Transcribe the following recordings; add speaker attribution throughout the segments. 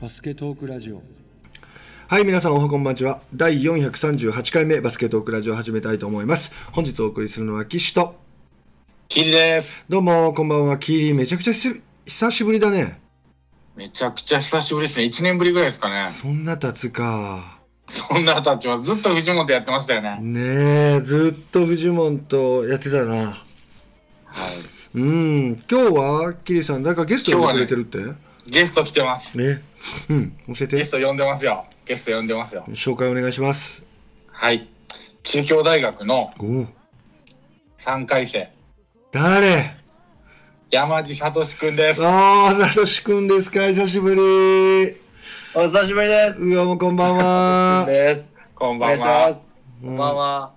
Speaker 1: バスケトークラジオ
Speaker 2: はい、皆さんおはこんばんちは。第438回目バスケットオークラジオを始めたいと思います。本日お送りするのは岸と。
Speaker 3: キリです。
Speaker 2: どうも、こんばんは。キーリー、めちゃくちゃ久し久しぶりだね。
Speaker 3: めちゃくちゃ久しぶりですね。1年ぶりぐらいですかね。
Speaker 2: そんな経つか。
Speaker 3: そんなたちはずっと藤本やってましたよね。
Speaker 2: ねえ、ずっとフジモンとやってたな。
Speaker 3: はい。
Speaker 2: うん、今日は、キリーさん、なんかゲスト呼んでくれてるっ
Speaker 3: ゲスト来てます。
Speaker 2: てねうん、教え
Speaker 3: ゲ
Speaker 2: て
Speaker 3: ス。ト呼んでますよ。ゲスト呼んでますよ。
Speaker 2: 紹介お願いします。
Speaker 3: はい。中京大学の
Speaker 2: おお
Speaker 3: 3回生、
Speaker 2: 誰
Speaker 3: 山地聡くんです。
Speaker 2: ああ、サトシくんですか久しぶり。
Speaker 4: お久しぶりです。
Speaker 2: うわ、もうこんばんは。
Speaker 4: です。
Speaker 3: こん
Speaker 4: お
Speaker 3: ば
Speaker 4: 願
Speaker 3: ん
Speaker 4: いしま
Speaker 3: は。
Speaker 4: す。こんばんは。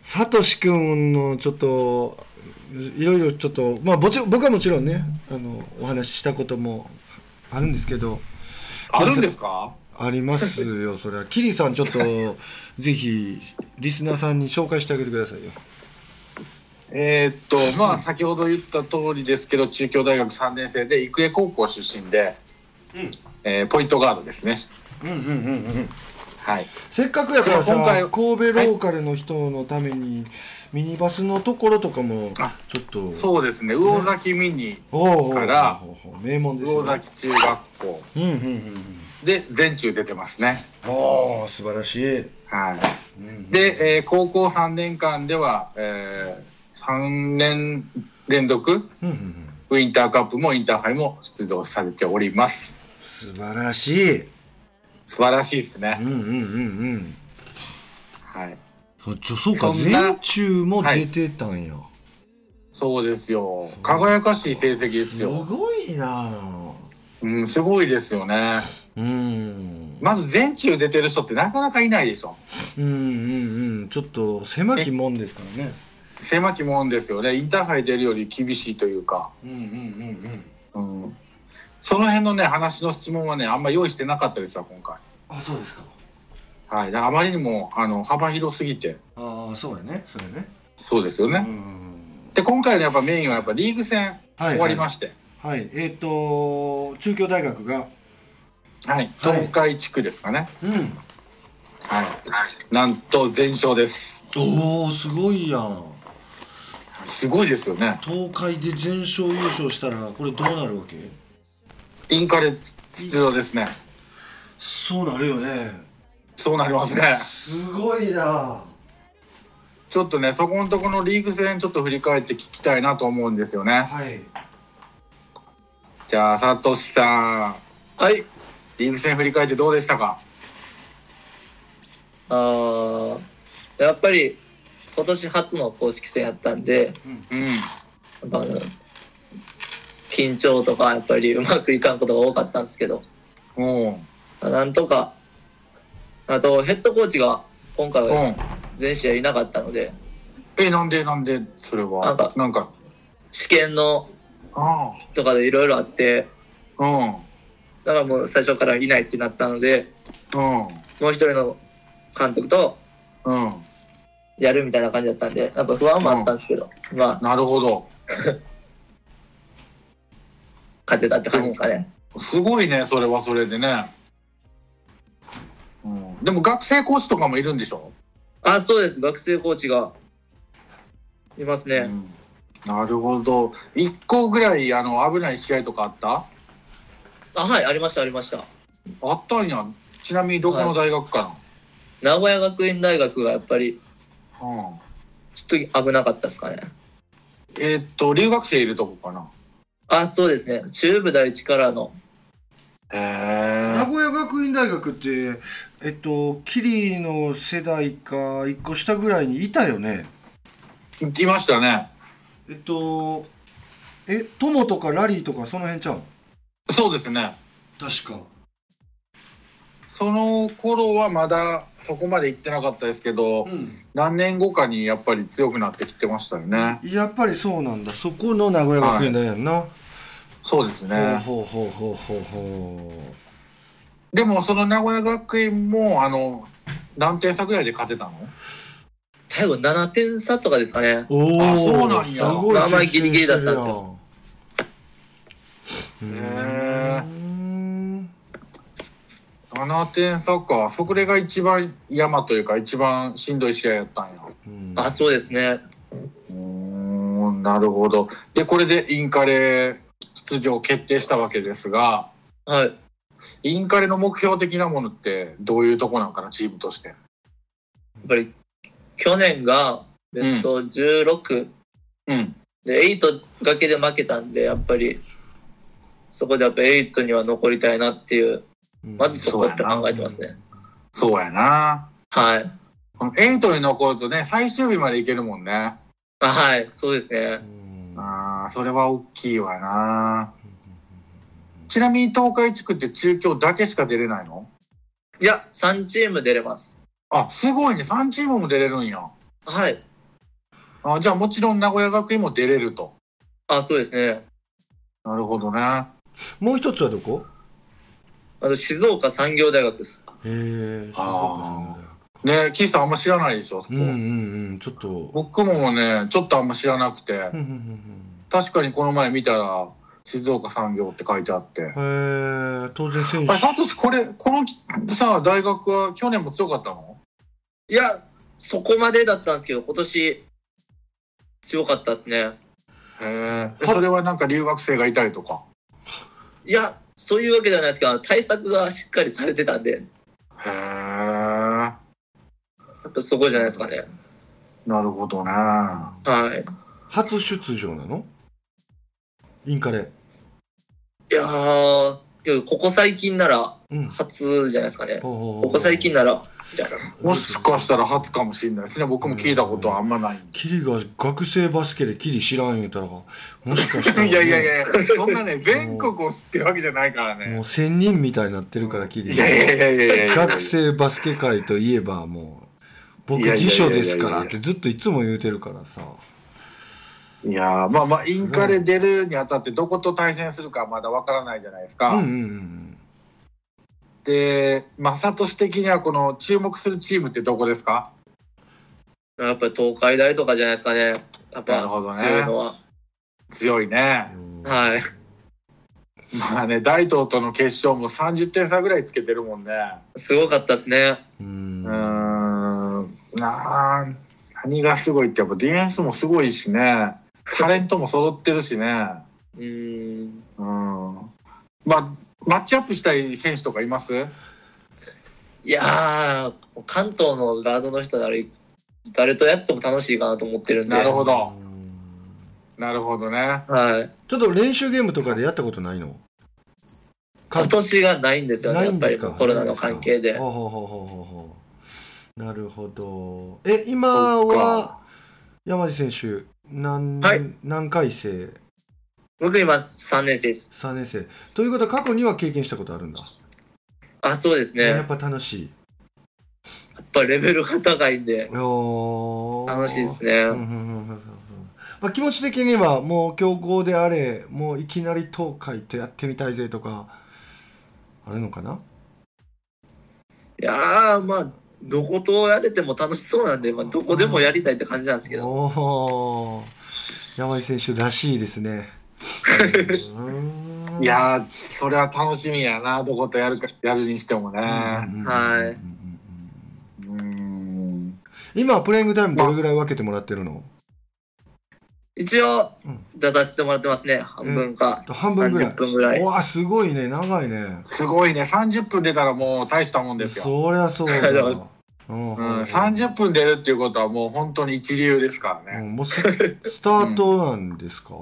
Speaker 2: サトシ君のちょっといろいろちょっとまあもちろん僕はもちろんねあのお話ししたこともあるんですけど
Speaker 3: あるんですか
Speaker 2: ありますよそれはキリさんちょっとぜひリスナーさんに紹介してあげてくださいよ
Speaker 3: えーっと、まあ、先ほど言った通りですけど、中京大学3年生で、育英高校出身で、えーポイントガードですね。はい。
Speaker 2: せっかくやからさ
Speaker 3: 今回
Speaker 2: 神戸ローカルの人のために、ミニバスのところとかも
Speaker 3: あ
Speaker 2: ちょっと
Speaker 3: そうですね。魚崎ミニ、
Speaker 2: おうおうおうおう
Speaker 3: から
Speaker 2: 名門です
Speaker 3: 魚
Speaker 2: よ、ね、
Speaker 3: 崎中学校。
Speaker 2: うんうんうん
Speaker 3: で全中出てますね。
Speaker 2: ああ素晴らしい、
Speaker 3: はい。
Speaker 2: うん
Speaker 3: で、えー高校3年間では、え3年連続
Speaker 2: うんうんうん、
Speaker 3: ウインターカップもインターハイも出場されております。
Speaker 2: 素晴らしい
Speaker 3: 素晴らしいです
Speaker 2: う
Speaker 3: ね。
Speaker 2: んうんうんうん
Speaker 3: はい。
Speaker 2: そちょそうか
Speaker 3: そんな
Speaker 2: 全中も出てたんや、
Speaker 3: そうですよ。輝かしい成績です
Speaker 2: す
Speaker 3: よ。
Speaker 2: ごいなあ
Speaker 3: うん、すごいですよね。
Speaker 2: うん
Speaker 3: まず全中出てる人ってなかなかいないでしょ。
Speaker 2: うんうんうんちょっと狭きもんですからね
Speaker 3: 狭きもんですよね。インターハイ出るより厳しいというか。
Speaker 2: うんうんうんうん
Speaker 3: うん。その辺のね、話の質問はね、あんま用意してなかったですわ、今回。
Speaker 2: あそうですか
Speaker 3: はい、だからあまりにもあの幅広すぎて
Speaker 2: ああそうやねそれね
Speaker 3: そうですよね、
Speaker 2: うんうんうん
Speaker 3: で今回のやっぱメインはやっぱリーグ戦、
Speaker 2: はい
Speaker 3: 終わりまして、
Speaker 2: はいえっ、と中京大学が
Speaker 3: はい、
Speaker 2: はい
Speaker 3: 東海地区ですかね、
Speaker 2: うん
Speaker 3: はいなんと全勝です
Speaker 2: おおすごいやん
Speaker 3: すごいですよね
Speaker 2: 東海で全勝優勝したらこれどうなるわけ
Speaker 3: インカレ出場ですね
Speaker 2: そうなるよね
Speaker 3: そうなりますね
Speaker 2: すごいな
Speaker 3: ちょっとねそこのとこのリーグ戦ちょっと振り返って聞きたいなと思うんですよね
Speaker 2: はい
Speaker 3: じゃあサトシさん
Speaker 4: はい。
Speaker 3: リーグ戦振り返ってどうでしたか
Speaker 4: あーやっぱり今年初の公式戦やったんで、
Speaker 3: うん
Speaker 4: やっぱあの緊張とかやっぱりうまくいかんことが多かったんですけど、
Speaker 3: おう
Speaker 4: なんとか。あとヘッドコーチが今回
Speaker 3: う
Speaker 4: は
Speaker 3: ん
Speaker 4: 全試合いなかったので、
Speaker 3: えなんでなんでそれは
Speaker 4: なんか
Speaker 3: なんか
Speaker 4: 試験の
Speaker 3: あ
Speaker 4: とかでいろいろあって、
Speaker 3: あうん
Speaker 4: だからもう最初からいないってなったので、
Speaker 3: う
Speaker 4: もう一人の監督と
Speaker 3: ん、うん、
Speaker 4: やるみたいな感じだったんで、やっぱ不安もあったんですけど、まあ
Speaker 3: なるほど。
Speaker 4: 勝てたって感じですかね。
Speaker 3: すごいね、それはそれでね。うん、でも学生コーチとかもいるんでしょ、
Speaker 4: あ、そうです。学生コーチがいます
Speaker 3: う
Speaker 4: ね。
Speaker 3: ん、なるほど。1個ぐらいあの危ない試合とかあった
Speaker 4: あ、はい、ありました、ありました。
Speaker 3: あったんや。ちなみにどこの大学か
Speaker 4: 名古屋学院大学がやっぱり
Speaker 3: な、うん、
Speaker 4: ちょっと危なかったですかね。
Speaker 3: えーっと、留学生いるとこかな
Speaker 4: あ、そうですね。中部第一からの、
Speaker 3: へ
Speaker 2: 名
Speaker 3: え。
Speaker 2: 古屋学院大学ってえっとキリの世代か一個下ぐらいにいたよね
Speaker 3: いましたね。
Speaker 2: えっとえトモとかラリーとかその辺ちゃうん
Speaker 3: そうですね。
Speaker 2: 確か
Speaker 3: その頃はまだそこまで行ってなかったですけど、何年後かにやっぱり強くなってきてましたよね。
Speaker 2: やっぱりそうなんだそこの名古屋学院大やんな、
Speaker 3: そうですね。
Speaker 2: ほうほうほうほうほうほ
Speaker 3: でもその名古屋学院もあの何点差ぐらいで勝てたの
Speaker 4: 最後7点差とかですかね。
Speaker 2: うおー
Speaker 3: あそうなんや
Speaker 2: すごい
Speaker 4: まあまあギリギリだったんです
Speaker 2: よ
Speaker 3: へえ7点サッカーはそれが一番山というか一番しんどい試合やったんや
Speaker 2: うん
Speaker 4: あ、そうですね。
Speaker 3: うーんなるほどでこれでインカレ出場決定したわけですが
Speaker 4: はい。
Speaker 3: インカレの目標的なものってどういうとこなんかなチームとして
Speaker 4: やっぱり去年がベスト16、
Speaker 3: うん
Speaker 4: で8がけで負けたんでやっぱりそこでやっぱ8には残りたいなっていうまずそこって考えてますね
Speaker 3: そうやな
Speaker 4: はい
Speaker 3: この8に残るとね最終日までいけるもんね
Speaker 4: あはいそうですね
Speaker 2: うん
Speaker 3: あーそれは大きいわなちなみに東海地区って中京だけしか出れないの
Speaker 4: いや3チーム出れます
Speaker 3: あすごいね3チームも出れるんや
Speaker 4: はい
Speaker 3: あじゃあもちろん名古屋学院も出れると
Speaker 4: あそうですね
Speaker 3: なるほどね
Speaker 2: もう一つはどこ
Speaker 4: あと静岡産業大学です
Speaker 2: へえ
Speaker 3: あね岸さんあんま知らないでしょそこ、
Speaker 2: うんうんうんちょっと
Speaker 3: 僕もねちょっとあんま知らなくて
Speaker 2: うんうん
Speaker 3: 確かにこの前見たら静岡産業って書いてあって
Speaker 2: うんうんへえ当然選
Speaker 3: あ
Speaker 2: 手
Speaker 3: れサトシこれこのさ大学は去年も強かったの
Speaker 4: いやそこまでだったんですけど今年強かったですね
Speaker 3: へえそれはなんか留学生がいたりとか
Speaker 4: いやそういうわけじゃないですけど対策がしっかりされてたんで
Speaker 3: へえ
Speaker 4: やっぱそこじゃないですかね
Speaker 3: なるほどね。
Speaker 4: はい
Speaker 2: 初出場なのインカレ
Speaker 4: いやーけどここ最近なら
Speaker 2: うん
Speaker 4: 初じゃないですかね
Speaker 2: こ
Speaker 4: ここ最近なら、みたいな。
Speaker 3: もしかしたら初かもしれないですね。僕も聞いたことはあんまない。
Speaker 2: キリが学生バスケでキリ知らん言うたらもしかしたら、
Speaker 3: いやいやいや、そんなね、全国を知ってるわけじゃないからね
Speaker 2: も。う千人みたいになってるからキリ
Speaker 3: いやいやいやいやいやいや。
Speaker 2: 学生バスケ界といえばもう
Speaker 3: い
Speaker 2: 僕
Speaker 3: やいやいやいや
Speaker 2: 辞書ですからってずっといつも言うてるからさ
Speaker 3: いやーまあまあ、インカレ出るにあたってどこと対戦するかまだわからないじゃないですか。
Speaker 2: うんうんうん
Speaker 3: で、まさとし的にはこの注目するチームってどこですか
Speaker 4: やっぱり東海大とかじゃないですかね。やっ
Speaker 3: なる
Speaker 4: ぱ
Speaker 3: ほどね
Speaker 4: 強いのは。
Speaker 3: 強いね。
Speaker 4: はい。
Speaker 3: まあね、大東との決勝も30点差ぐらいつけてるもんね。
Speaker 4: すごかったですね。
Speaker 2: うん
Speaker 3: うーんなあ何がすごいってやっぱディフェンスもすごいしねタレントも揃ってるしね
Speaker 4: う
Speaker 3: う
Speaker 4: ーん。
Speaker 3: んまあマッチアップしたい選手とかいます
Speaker 4: いやー、関東のガードの人なら、誰とやっても楽しいかなと思ってるんで。
Speaker 3: なるほどなるほどね
Speaker 4: はい。
Speaker 2: ちょっと練習ゲームとかでやったことないのか
Speaker 4: 今年がないんですよね。
Speaker 2: な
Speaker 4: や
Speaker 2: い
Speaker 4: っ
Speaker 2: ん
Speaker 4: ぱ
Speaker 2: で
Speaker 4: り
Speaker 2: すか
Speaker 4: コロナの関係で。
Speaker 2: ほうほうほうほうほうほうなるほどえ今
Speaker 3: そ
Speaker 2: は
Speaker 3: っか
Speaker 2: 山地選手何,、
Speaker 4: はい
Speaker 2: 何回生
Speaker 4: 僕今3年生です。
Speaker 2: 3年生ということは過去には経験したことあるんだ、
Speaker 4: あ、そうですね。
Speaker 2: やっ
Speaker 4: や
Speaker 2: ぱ楽しい
Speaker 4: っぱレベルが高いんで、
Speaker 2: おー
Speaker 4: 楽しいですね。
Speaker 2: うんうんうんうんうんまあ、気持ち的にはもう強豪であれもういきなり東海とやってみたいぜとかあるのかない
Speaker 4: やー、まあ、どことやれても楽しそうなんで、まあ、どこでもやりたいって感じなんですけど。
Speaker 2: おおー山井選手らしいですね
Speaker 3: いやーそれは楽しみやなどことやるかやるにしてもね
Speaker 4: はい
Speaker 3: うん
Speaker 2: い今プレイングタイムどれぐらい分けてもらってるの
Speaker 4: 一応
Speaker 2: うん
Speaker 4: 出させてもらってますね半分か、
Speaker 2: 半分ぐらい
Speaker 4: 30分ぐら
Speaker 2: う
Speaker 4: い
Speaker 2: わすごいね長いね
Speaker 3: すごいね30分出たらもう大したもんですよ、
Speaker 2: そりゃそうだ
Speaker 4: ありがとうございます
Speaker 2: うん
Speaker 3: うん、30分出るっていうことはもう本当に一流ですからね、
Speaker 2: うんもうススタートなんですか、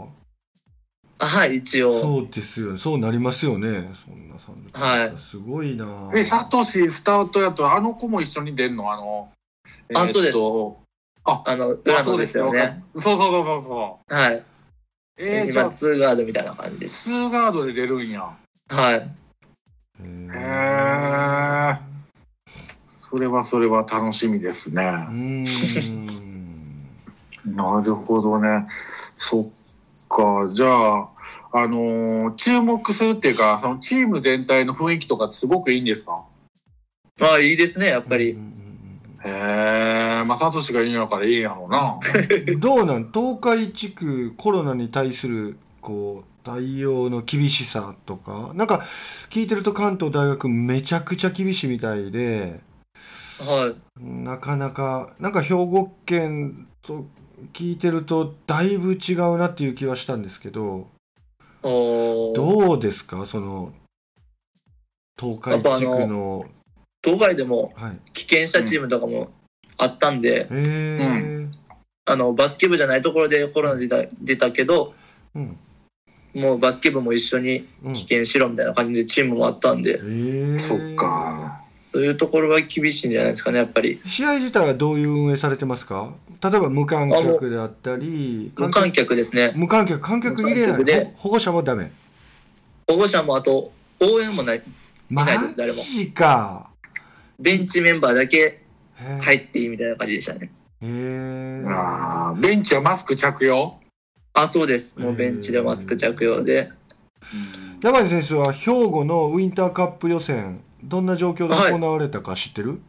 Speaker 4: あはい一応
Speaker 2: そうですよね。そうなりますよね。そんなさん
Speaker 4: はい
Speaker 2: すごいな。
Speaker 3: え、サトシスタートやと、あの子も一緒に出んのあの、
Speaker 4: あそうです
Speaker 3: す。
Speaker 4: あの
Speaker 3: あ、
Speaker 4: 裏
Speaker 3: そ
Speaker 4: の
Speaker 3: う
Speaker 4: で
Speaker 3: ですす
Speaker 4: よ
Speaker 3: よ
Speaker 4: ね
Speaker 3: ね。そうそうそうそうそ
Speaker 4: はい、
Speaker 3: う。えー、じゃ
Speaker 4: 今
Speaker 3: あ、
Speaker 4: ツーガードみたいな感じです
Speaker 3: ツーガードで出るんや。
Speaker 4: はい
Speaker 2: へ
Speaker 3: へー。それはそれは楽しみです
Speaker 2: う
Speaker 3: ね。
Speaker 2: ーん。
Speaker 3: なるほどね。そっか。じゃあ、あのー注目するっていうか、そのチーム全体の雰囲気とかってすごくいいんですか
Speaker 4: まあいいですねやっぱり、
Speaker 2: うん
Speaker 3: へえ、まあ、サトシがいいんやから いいんやろうな。
Speaker 2: どうなん東海地区コロナに対するこう対応の厳しさとかなんか聞いてると関東大学めちゃくちゃ厳しいみたいで
Speaker 4: はい。
Speaker 2: なかなかなんか兵庫県と聞いてるとだいぶ違うなっていう気はしたんですけど
Speaker 4: おー
Speaker 2: どうですかその東海地区の
Speaker 4: 東海でも
Speaker 2: はい
Speaker 4: 棄権したチームとかもあったんで、
Speaker 2: えー
Speaker 4: あのバスケ部じゃないところでコロナ出た出たけど、
Speaker 2: うん
Speaker 4: もうバスケ部も一緒に
Speaker 2: うん
Speaker 4: 棄権しろみたいな感じでチームもあったんで、
Speaker 2: えー
Speaker 3: そっか。
Speaker 4: そういうところは厳しいんじゃないですかね、やっぱり。
Speaker 2: 試合自体はどういう運営されてますか例えば無観客であったり
Speaker 4: 無観客ですね。
Speaker 2: 無観客観客入れな
Speaker 4: 無観客
Speaker 2: い
Speaker 4: で
Speaker 2: ほ保護者もダメ
Speaker 4: 保護者もあと、応援もない、
Speaker 2: マ
Speaker 4: ないです誰も
Speaker 2: ジか
Speaker 4: ベンチメンバーだけ
Speaker 2: は
Speaker 4: 入っていいみたいな感じでしたね。
Speaker 2: へえ
Speaker 3: あーベンチはマスク着用
Speaker 4: あ、そうです。もうベンチでマスク着用で。
Speaker 2: 山井選手は兵庫のウインターカップ予選どんな状況で
Speaker 4: はい
Speaker 2: 行われたか知ってる、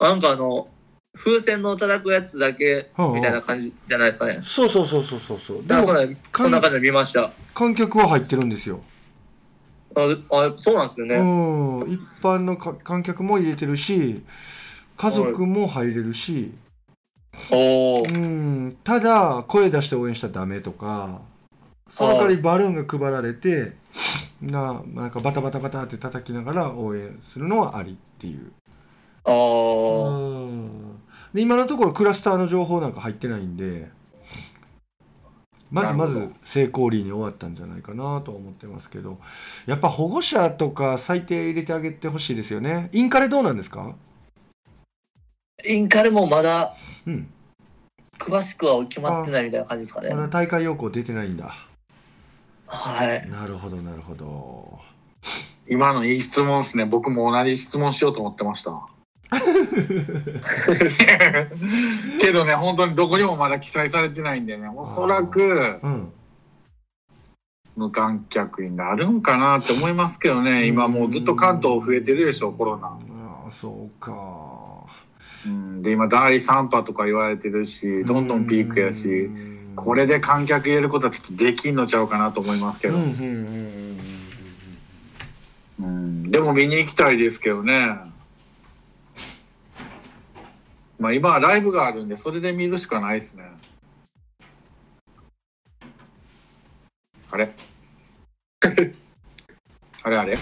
Speaker 4: なんかあの、風船の叩くやつだけみたいな感じじゃないですかね。
Speaker 2: そうそうそうそうそうそうで
Speaker 4: だからそん
Speaker 2: も
Speaker 4: なそんな感じで見ました。
Speaker 2: 観客は入ってるんですよ、
Speaker 4: あ、あそうなんですよね。
Speaker 2: うん一般のか観客も入れてるし家族も入れるし、
Speaker 4: おお。
Speaker 2: うん、ただ声出して応援したらダメとかその代わりバルーンが配られてななんかバタバタバタって叩きながら応援するのはありっていう
Speaker 4: ああ。
Speaker 2: うんで今のところクラスターの情報なんか入ってないんでまずま
Speaker 3: なる
Speaker 2: ず
Speaker 3: ほ
Speaker 2: 成功裏に終わったんじゃないかなとは思ってますけどやっぱ保護者とか最低入れてあげてほしいですよねインカレどうなんですか
Speaker 4: インカレもまだ
Speaker 2: うん
Speaker 4: 詳しくは決まってないみたいな感じですかね
Speaker 2: ま。だ大会要項出てないんだ
Speaker 4: はい。
Speaker 2: なるほどなるほど
Speaker 3: 今のいい質問ですね。僕も同じ質問しようと思ってました。 けどね、本当にどこにもまだ記載されてないんでね、おそらく
Speaker 2: うん
Speaker 3: 無観客になるんかなって思いますけどね、今もうずっと関東増えてるでしょ、コロナ。
Speaker 2: ああそうか
Speaker 3: うん、で、今第3波とか言われてるし、どんどんピークやし、
Speaker 2: うん
Speaker 3: これで観客入れることはちょっとできんのちゃうかなと思いますけ
Speaker 2: うん
Speaker 3: ど、
Speaker 2: うんうんうん
Speaker 3: うんでも見に行きたいですけどねまあ今はライブがあるんでそれで見るしかないですねあれ あれあれ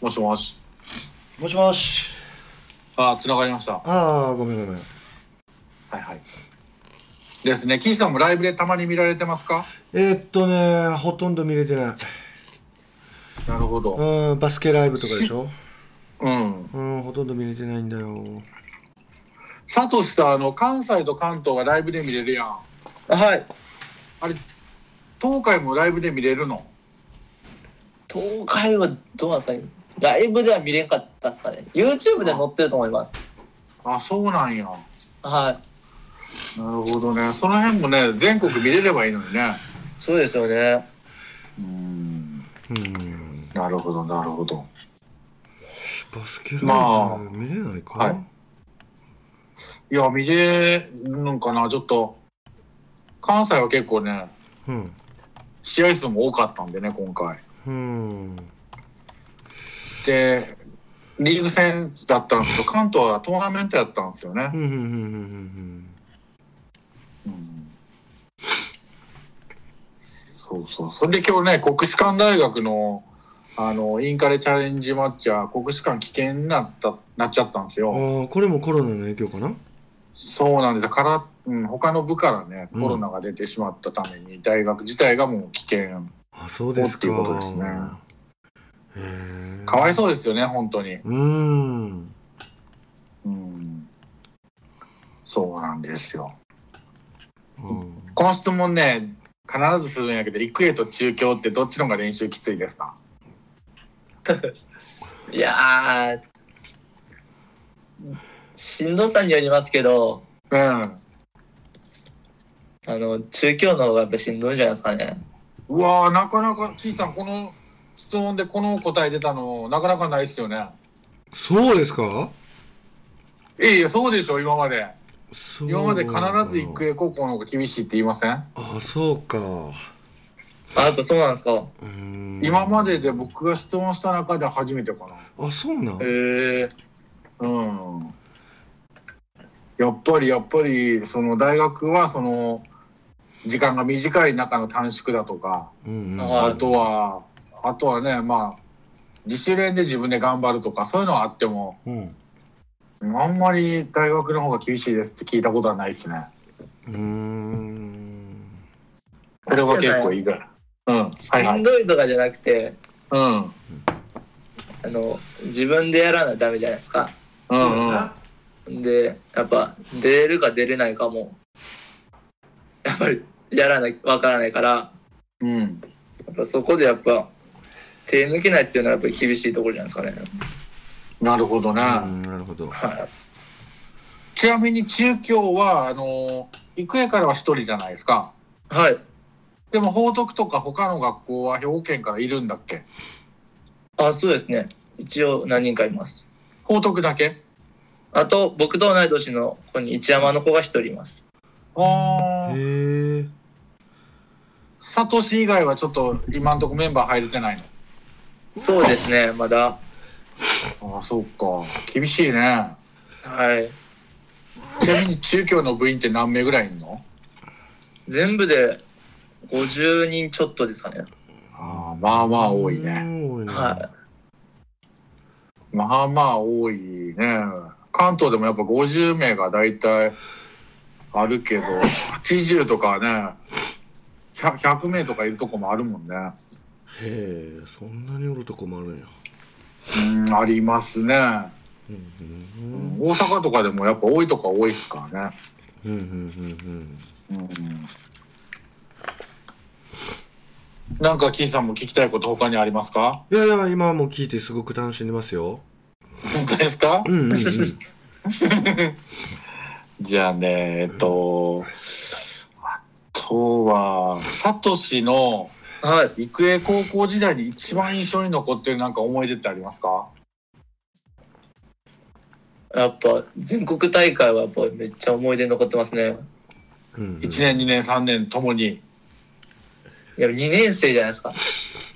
Speaker 3: もしもし
Speaker 2: もしもし
Speaker 3: ああつながりました
Speaker 2: ああごめんごめん
Speaker 3: はいはいですね岸さんもライブでたまに見られてますか
Speaker 2: えーっとねほとんど見れてない
Speaker 3: なるほど
Speaker 2: うんバスケライブとかでしょ
Speaker 3: うん
Speaker 2: うんほとんど見れてないんだよ
Speaker 3: サトシさんあの関西と関東がライブで見れるやん
Speaker 4: はい。
Speaker 3: 東海もライブで見れるの
Speaker 4: 東海はどうなんですかね。ライブでは見れんかったですかね。YouTube で載ってると思います。
Speaker 3: あそうなんやな
Speaker 4: はい。
Speaker 3: るほどねその辺もね全国見れればいいのにね
Speaker 4: そうですよね。
Speaker 3: うん
Speaker 2: うん
Speaker 3: なるほどなるほど
Speaker 2: バスケライブ、
Speaker 3: まあ
Speaker 2: 見れないか、
Speaker 3: はいいや見れるのかなちょっと関西は結構ね
Speaker 2: うん
Speaker 3: 試合数も多かったんでね今回
Speaker 2: うん
Speaker 3: でリーグ戦だったんですけど関東はトーナメントやったんですよね
Speaker 2: うんうんうんうんうん
Speaker 3: そうそう。それで今日ね、国士舘大学の、あの、インカレチャレンジマッチは国士舘危険になった、なっちゃったんですよ。
Speaker 2: うんああこれもコロナの影響かな
Speaker 3: そうなんですよから、うん、他の部からね、
Speaker 2: うん
Speaker 3: コロナが出てしまったために、大学自体がもう危険。
Speaker 2: あそうですか
Speaker 3: っていうことですね
Speaker 2: へえ
Speaker 3: かわいそうですよね、本当に。
Speaker 2: うん
Speaker 3: うん。そうなんですよ。
Speaker 2: うん
Speaker 3: この質問ね、必ずするんやけど、育英と中京ってどっちの方が練習きついですか
Speaker 4: いやー。しんどさによりますけど、
Speaker 3: うん。
Speaker 4: あの、中京の方がやっぱしんどいんじゃないですかね。
Speaker 3: うわーなかなか岸さんこの質問でこの答え出たのなかなかないですよね
Speaker 2: そうですか
Speaker 3: いやいやそうでしょ今まで
Speaker 2: そう
Speaker 3: 今まで必ず育英高校の方が厳しいって言いません
Speaker 2: あそうか
Speaker 4: あ、やっぱそうなんですか。
Speaker 2: うーん
Speaker 3: 今までで僕が質問した中で初めてか
Speaker 2: あそうなん
Speaker 4: へえ
Speaker 3: なうんやっぱりやっぱりその大学はその時間が短い中の短縮だとか
Speaker 2: うんうん
Speaker 4: はい
Speaker 3: あとはあとはねまあ自主練で自分で頑張るとかそういうのはあっても
Speaker 2: うん
Speaker 3: あんまり大学の方が厳しいですって聞いたことはないですね
Speaker 2: うーん
Speaker 3: これは結構いいからうんはいは
Speaker 4: しん
Speaker 3: い
Speaker 4: どいとかじゃなくて、
Speaker 3: うん
Speaker 4: あの、自分でやらないとダメじゃないですか。
Speaker 3: うんうん
Speaker 4: で、やっぱ、出るか出れないかも、やっぱり、やらない、わからないから、
Speaker 3: うん
Speaker 4: やっぱそこでやっぱ、手抜けないっていうのはやっぱり厳しいところじゃないですかね。
Speaker 3: なるほどね、
Speaker 2: うんなるほど
Speaker 4: は
Speaker 3: ちなみに中京はあの育英からは一人じゃないですか
Speaker 4: い。はい。
Speaker 3: でも報徳とか他の学校は兵庫県からいるんだっけ
Speaker 4: あ、そうですね。一応何人かいます。
Speaker 3: 報徳だけ
Speaker 4: あと、僕と同い年の子に一山の子が一人います。
Speaker 3: ああ
Speaker 2: へえ
Speaker 3: サトシ以外はちょっと今んとこメンバー入れてない
Speaker 4: そうですね、まだ。
Speaker 3: のああそうか厳しいね
Speaker 4: はい。
Speaker 3: ちなみに中京の部員って何名ぐらいいんの
Speaker 4: 全部で50人ちょっとですかね。
Speaker 3: ああまあまあ多いね
Speaker 2: 多いね
Speaker 4: は
Speaker 3: まあまあ多いね関東でもやっぱ50名が大体あるけど80とかね 100, 100名とかいるとこもあるもんね
Speaker 2: へえそんなにおるとこもあるんや
Speaker 3: うんありますね、
Speaker 2: うん
Speaker 3: うん大阪とかでもやっぱ多いとか多いっすからね
Speaker 2: うんうんうん
Speaker 3: うんなんか金さんも聞きたいこと他にありますか
Speaker 2: うんいやいや今も聞いてすごく楽しんでますよ
Speaker 3: 本当ですか
Speaker 2: うんうんうん
Speaker 3: じゃあね、えっと、あとは、サトシの
Speaker 4: い。はい。
Speaker 3: 育英高校時代に一番印象に残ってるなんか思い出ってありますか
Speaker 4: やっぱ全国大会はやっぱめっちゃ思い出に残ってますね。
Speaker 2: うんうん
Speaker 3: ?1 年、2年、3年ともに。
Speaker 4: いや、2年生じゃないですか。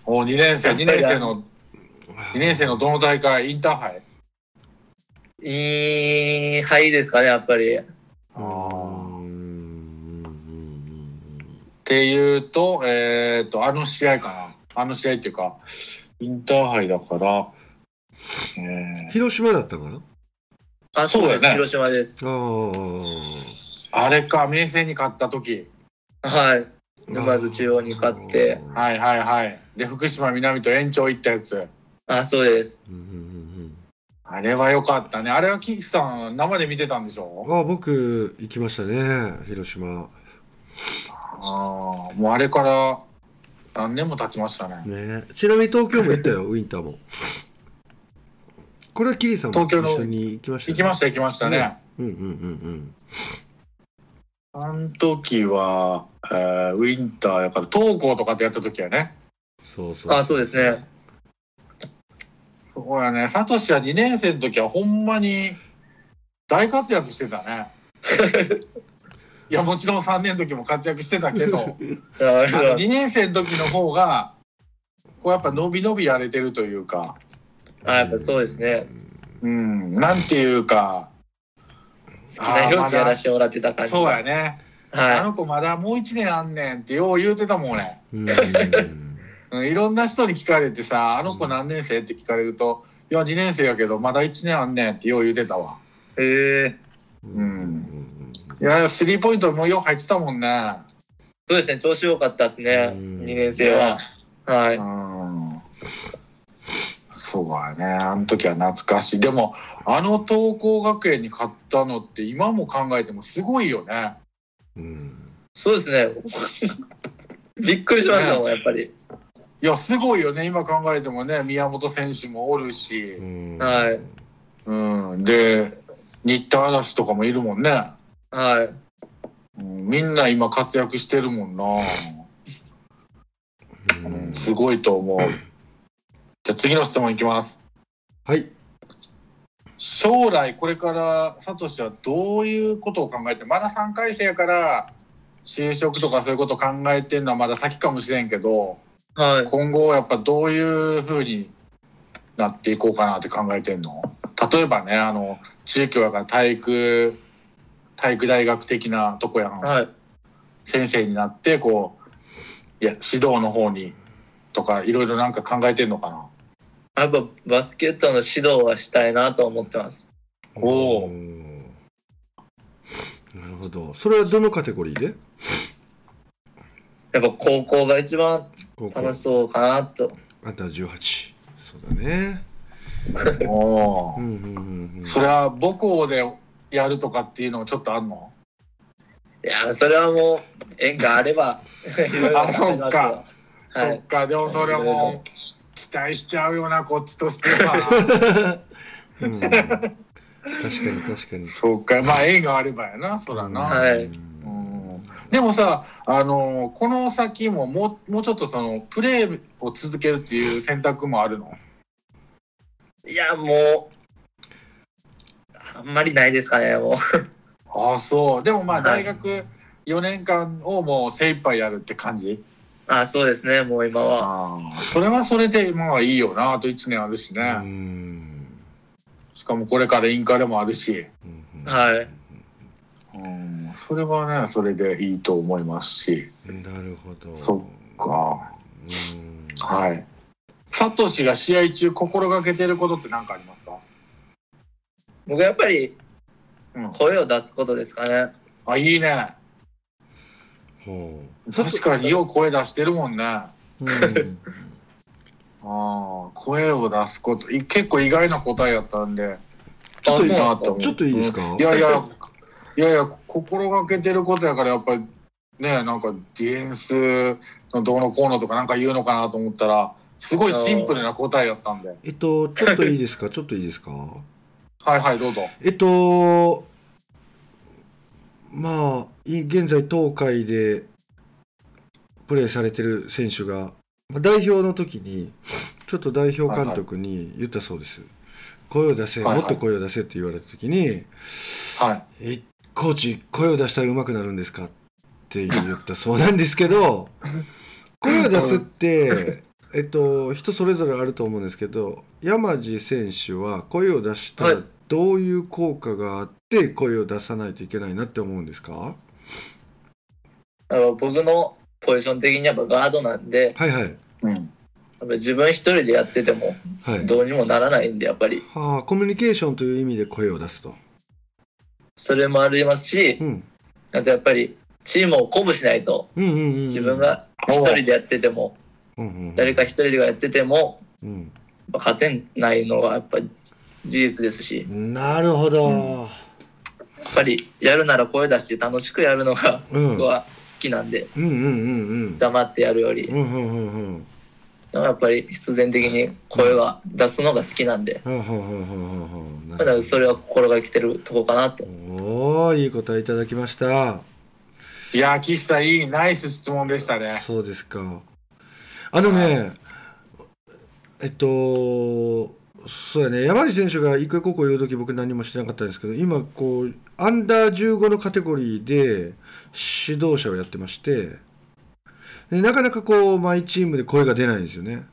Speaker 3: お2年生、
Speaker 4: やっぱ
Speaker 3: 2
Speaker 4: り
Speaker 3: 年
Speaker 4: だ
Speaker 3: 生の、2年生のどの大会、インターハイ
Speaker 4: いい範囲ですかね、やっぱり。
Speaker 3: っ
Speaker 2: うんうんうん
Speaker 3: ていうと、えっと、あの試合かな。あの試合っていうか、インターハイだから、えー
Speaker 2: 広島だったかな
Speaker 4: あ、
Speaker 3: そうだよね
Speaker 4: です。広島です。
Speaker 2: ああ
Speaker 3: あれか、明星に勝った時。
Speaker 4: はい。沼津中央に勝って
Speaker 3: はいはいはい。で、福島南と延長行ったやつ。
Speaker 4: あ、そうです。
Speaker 2: うんうん
Speaker 3: あれは良かったね。あれはキキさん、生で見てたんでし
Speaker 2: う
Speaker 3: ょ
Speaker 2: んああ僕行きましたね広島
Speaker 3: ああ、もうあれから何年も経ちましたね。
Speaker 2: ねちなみに東京も行った よウィンターもこれはキリさんも
Speaker 3: 東京の
Speaker 2: 一緒に行きました
Speaker 3: 行きましたた行きましたね。
Speaker 2: ねうんうんうん
Speaker 3: あの時は、えーウィンターやから、東高とかってやった時やね。
Speaker 2: そうそう
Speaker 4: あ、そうですね。
Speaker 3: そうやね。サトシは2年生の時はほんまに大活躍してた ね。いや、もちろん3年の時も活躍してたけど。
Speaker 4: いやありがとうござ
Speaker 3: 2
Speaker 4: います
Speaker 3: 年生の時の方がこうやっぱ伸び伸びやれてるというか、
Speaker 4: あ、やっぱそうですね。
Speaker 3: うん、なんていうか
Speaker 4: 好きなようにやらせてもらってた感じ。
Speaker 3: そうやね、あ
Speaker 4: は
Speaker 3: の子まだもう1年あんねんってよう言うてたもんね、
Speaker 2: うん
Speaker 3: うん、いろんな人に聞かれてさ「あの子何年生?」って聞かれると「いや2年生やけどまだ1年あんねん」ってよう言うてたわ
Speaker 4: い。へえ。
Speaker 3: うんいやスリーポイントもよう入ってたもんね
Speaker 4: そうですね、調子良かったですね。
Speaker 2: うん
Speaker 4: 2年生は。は
Speaker 3: う
Speaker 4: い。
Speaker 3: んそうやねあの時は懐かしいでもあの桐光学園に勝ったのって今も考えてもすごいよね
Speaker 2: うん
Speaker 4: そうですね。 びっくりしましたもん、やっぱり。
Speaker 3: いやすごいよね今考えてもね宮本選手もおるし
Speaker 2: う、ん
Speaker 4: はい
Speaker 3: うん、で新田嵐とかもいるもんね、
Speaker 4: はい。
Speaker 3: うん、みんな今活躍してるもんな、
Speaker 2: う
Speaker 3: うんん、すごいと思うじゃあ次の質問いきます
Speaker 2: はい
Speaker 3: 将来これからサトシはどういうことを考えてまだ3回生やから就職とかそういうことを考えてるのはまだ先かもしれんけど
Speaker 4: はい。
Speaker 3: 今後やっぱどういうふうになっていこうかなって考えてんの例えばねあの中教やから体育体育大学的なとこやん、
Speaker 4: はい。
Speaker 3: 先生になってこういや指導の方にとかいろいろなんか考えてんのか な
Speaker 4: やっぱバスケットの指導はしたいなと思ってます。
Speaker 3: お
Speaker 2: お
Speaker 3: お
Speaker 2: ーなるほどそれはどのカテゴリーで
Speaker 4: やっぱ高校が一番
Speaker 2: 高校
Speaker 4: 楽しそうかなと。
Speaker 2: あんたは18そうだね
Speaker 3: お
Speaker 2: う
Speaker 3: ー
Speaker 2: んうんうんうん
Speaker 3: それは母校でやるとかっていうのもちょっとあんの
Speaker 4: いや、それはもう縁があれば、いろい ろ
Speaker 3: あそっか
Speaker 4: は
Speaker 3: そ
Speaker 4: い
Speaker 3: っ。かでもそれはもう期待しちゃうよなこっちとしては
Speaker 2: うん確かに確かに
Speaker 3: そうかまあ縁があればやなそうだな、
Speaker 4: はい
Speaker 3: うんでもさ、あのこの先ももうもうちょっとそのプレーを続けるっていう選択もあるの
Speaker 4: いや、もう、あんまりないですかね、もう。
Speaker 3: ああそうでもまあ
Speaker 4: は
Speaker 3: 大
Speaker 4: い
Speaker 3: 学4年間をもう精一杯やるって感じ
Speaker 4: あ、そうですね、もう今は。
Speaker 3: ああそれはそれでまあいいよなあと1年あるし
Speaker 2: うんう
Speaker 3: ね
Speaker 2: ん
Speaker 3: しかもこれからインカレもあるし、
Speaker 2: うん
Speaker 4: はい。
Speaker 3: うん、それはねそれでいいと思いますし
Speaker 2: なるほど
Speaker 3: そっか
Speaker 2: うん
Speaker 3: はいサトシが試合中心がけてることって何かありますか
Speaker 4: 僕やっぱり
Speaker 3: うん
Speaker 4: 声を出すことですかね。
Speaker 3: あいいね
Speaker 2: ほ
Speaker 3: 確かによう声出してるもんね。あ
Speaker 2: う うん
Speaker 3: あ、声を出すこと、い結構意外な答えやったんで。
Speaker 2: ちょっといい
Speaker 4: あそうなんすか
Speaker 3: と思う
Speaker 2: ちょっといいですか
Speaker 3: うんいやいや、いやいや、心がけてることやから、やっぱり、ね、なんかディフェンスのどうのこうのとかなんか言うのかなと思ったら、すごいシンプルな答えやったんで。
Speaker 2: えっとちょっといいですかちょっといいですか
Speaker 3: はいはい、どうぞ。
Speaker 2: えっとまあい現在東海でプレーされてる選手がまあ代表の時にちょっと代表監督に言ったそうです、声を出せ、
Speaker 3: はいはい
Speaker 2: もっと声を出せって言われた時に
Speaker 3: は
Speaker 2: 「
Speaker 3: い。
Speaker 2: えコーチ声を出したら上手くなるんですか?」って言ったそうなんですけ ど声を出すって、えっと、人それぞれあると思うんですけど山地選手は声を出したら
Speaker 4: はい
Speaker 2: どういう効果があって声を出さないといけないなって思うんですか
Speaker 4: やっぱ僕のポジション的にやっぱガードなんで、
Speaker 2: はいはい
Speaker 3: うん。
Speaker 4: やっぱ自分一人でやってても
Speaker 2: はい。
Speaker 4: どうにもならないんで、やっぱり。
Speaker 2: はあ、コミュニケーションという意味で声を出すと。
Speaker 4: それもありますし
Speaker 2: う、ん、
Speaker 4: あとやっぱりチームを鼓舞しないと、
Speaker 2: うん、うん、うん。
Speaker 4: 自分が一人でやってても、
Speaker 2: うん、うん、
Speaker 4: 誰か一人でやってても、
Speaker 2: うん。
Speaker 4: やっぱ勝てないのがやっぱ事実ですし、
Speaker 2: なるほど。
Speaker 4: やっぱりやるなら声出して楽しくやるのが
Speaker 2: うん、
Speaker 4: 僕は好きなんで、
Speaker 2: うん、うん、うん、
Speaker 4: 黙ってやるより、
Speaker 2: うん。うん、うん、うん、うん。
Speaker 4: でもやっぱり必然的に声は出すのが好きなんで、
Speaker 2: はあ、はあ、はあ、はあ、はあ。
Speaker 4: まだそれは心がけてるとこかなと。
Speaker 2: おおいい答えいただきました、
Speaker 3: いやー、岸さん、いい、ナイス質問でしたね。
Speaker 2: そうですかあのねえっとそうやね山地選手が育英高校いる時僕何もしてなかったんですけど今こうアンダー15のカテゴリーで指導者をやってましてでなかなかこうマイチームで声が出ないんですよね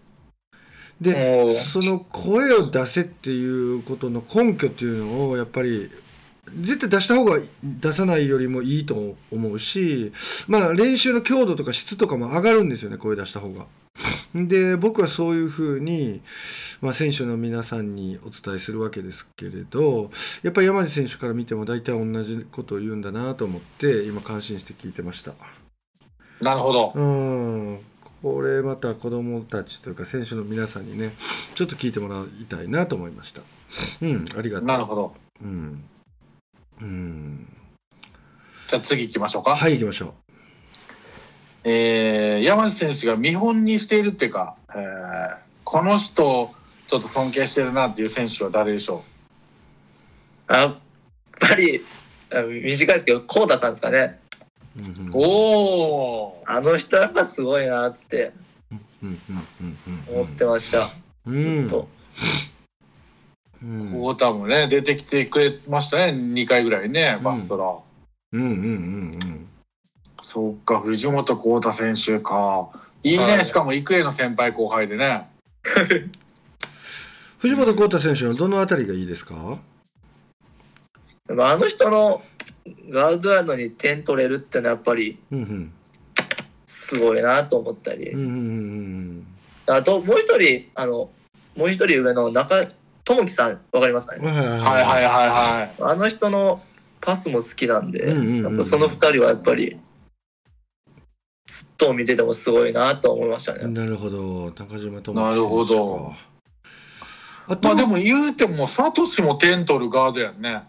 Speaker 4: お
Speaker 2: で
Speaker 4: ー
Speaker 2: その声を出せっていうことの根拠っていうのをやっぱり絶対出した方が出さないよりもいいと思うし、まあ、練習の強度とか質とかも上がるんですよね声出した方が。で僕はそういうふうに、まあ、選手の皆さんにお伝えするわけですけれどやっぱり山地選手から見ても大体同じことを言うんだなと思って今感心して聞いてました。
Speaker 3: なるほど。
Speaker 2: うんこれまた子どもたちというか選手の皆さんにねちょっと聞いてもらいたいなと思いました。うんありがとう。
Speaker 3: なるほど。
Speaker 2: うんうん、
Speaker 3: じゃあ次行きましょうか。
Speaker 2: はい行きましょ
Speaker 3: えー山地選手が見本にしているっていうか、えーこの人ちょっと尊敬してるなっていう選手は誰でしょ
Speaker 4: やっぱり、あ短いですけど、コウタさんですかね。
Speaker 2: う。うんうん
Speaker 3: うおお
Speaker 4: あの人やっぱすごいなって
Speaker 2: うんうんうんうん
Speaker 4: 思ってました。
Speaker 2: うん
Speaker 4: ずっと。
Speaker 2: ううん
Speaker 3: クォーターもね、出てきてくれましたね、2回ぐらいね、バスト
Speaker 2: う
Speaker 3: ラ。
Speaker 2: んうんうん
Speaker 3: そっか、藤本幸太選手か。いいね、
Speaker 4: はい
Speaker 3: しかも育英の先輩後輩でね。
Speaker 2: 藤本幸太選手のどのあたりがいいですか
Speaker 4: でもあの人のガードやのに点取れるってのはやっぱり
Speaker 2: うんうん
Speaker 4: すごいなと思ったり、
Speaker 2: うんうんうん
Speaker 4: あともう一人あのもう一人上の中智樹さんわかりますか
Speaker 2: う
Speaker 4: ね
Speaker 2: んはいはい
Speaker 3: はいはいはいはい。
Speaker 4: あの人のパスも好きなんで、
Speaker 2: うんうんうん
Speaker 4: やっぱその二人はやっぱりずっと見ててもすごいなと思いましたね。
Speaker 2: なるほど中島と
Speaker 3: なるほど
Speaker 2: あと
Speaker 3: まあでも言うても、サトシも点取るガードやんね。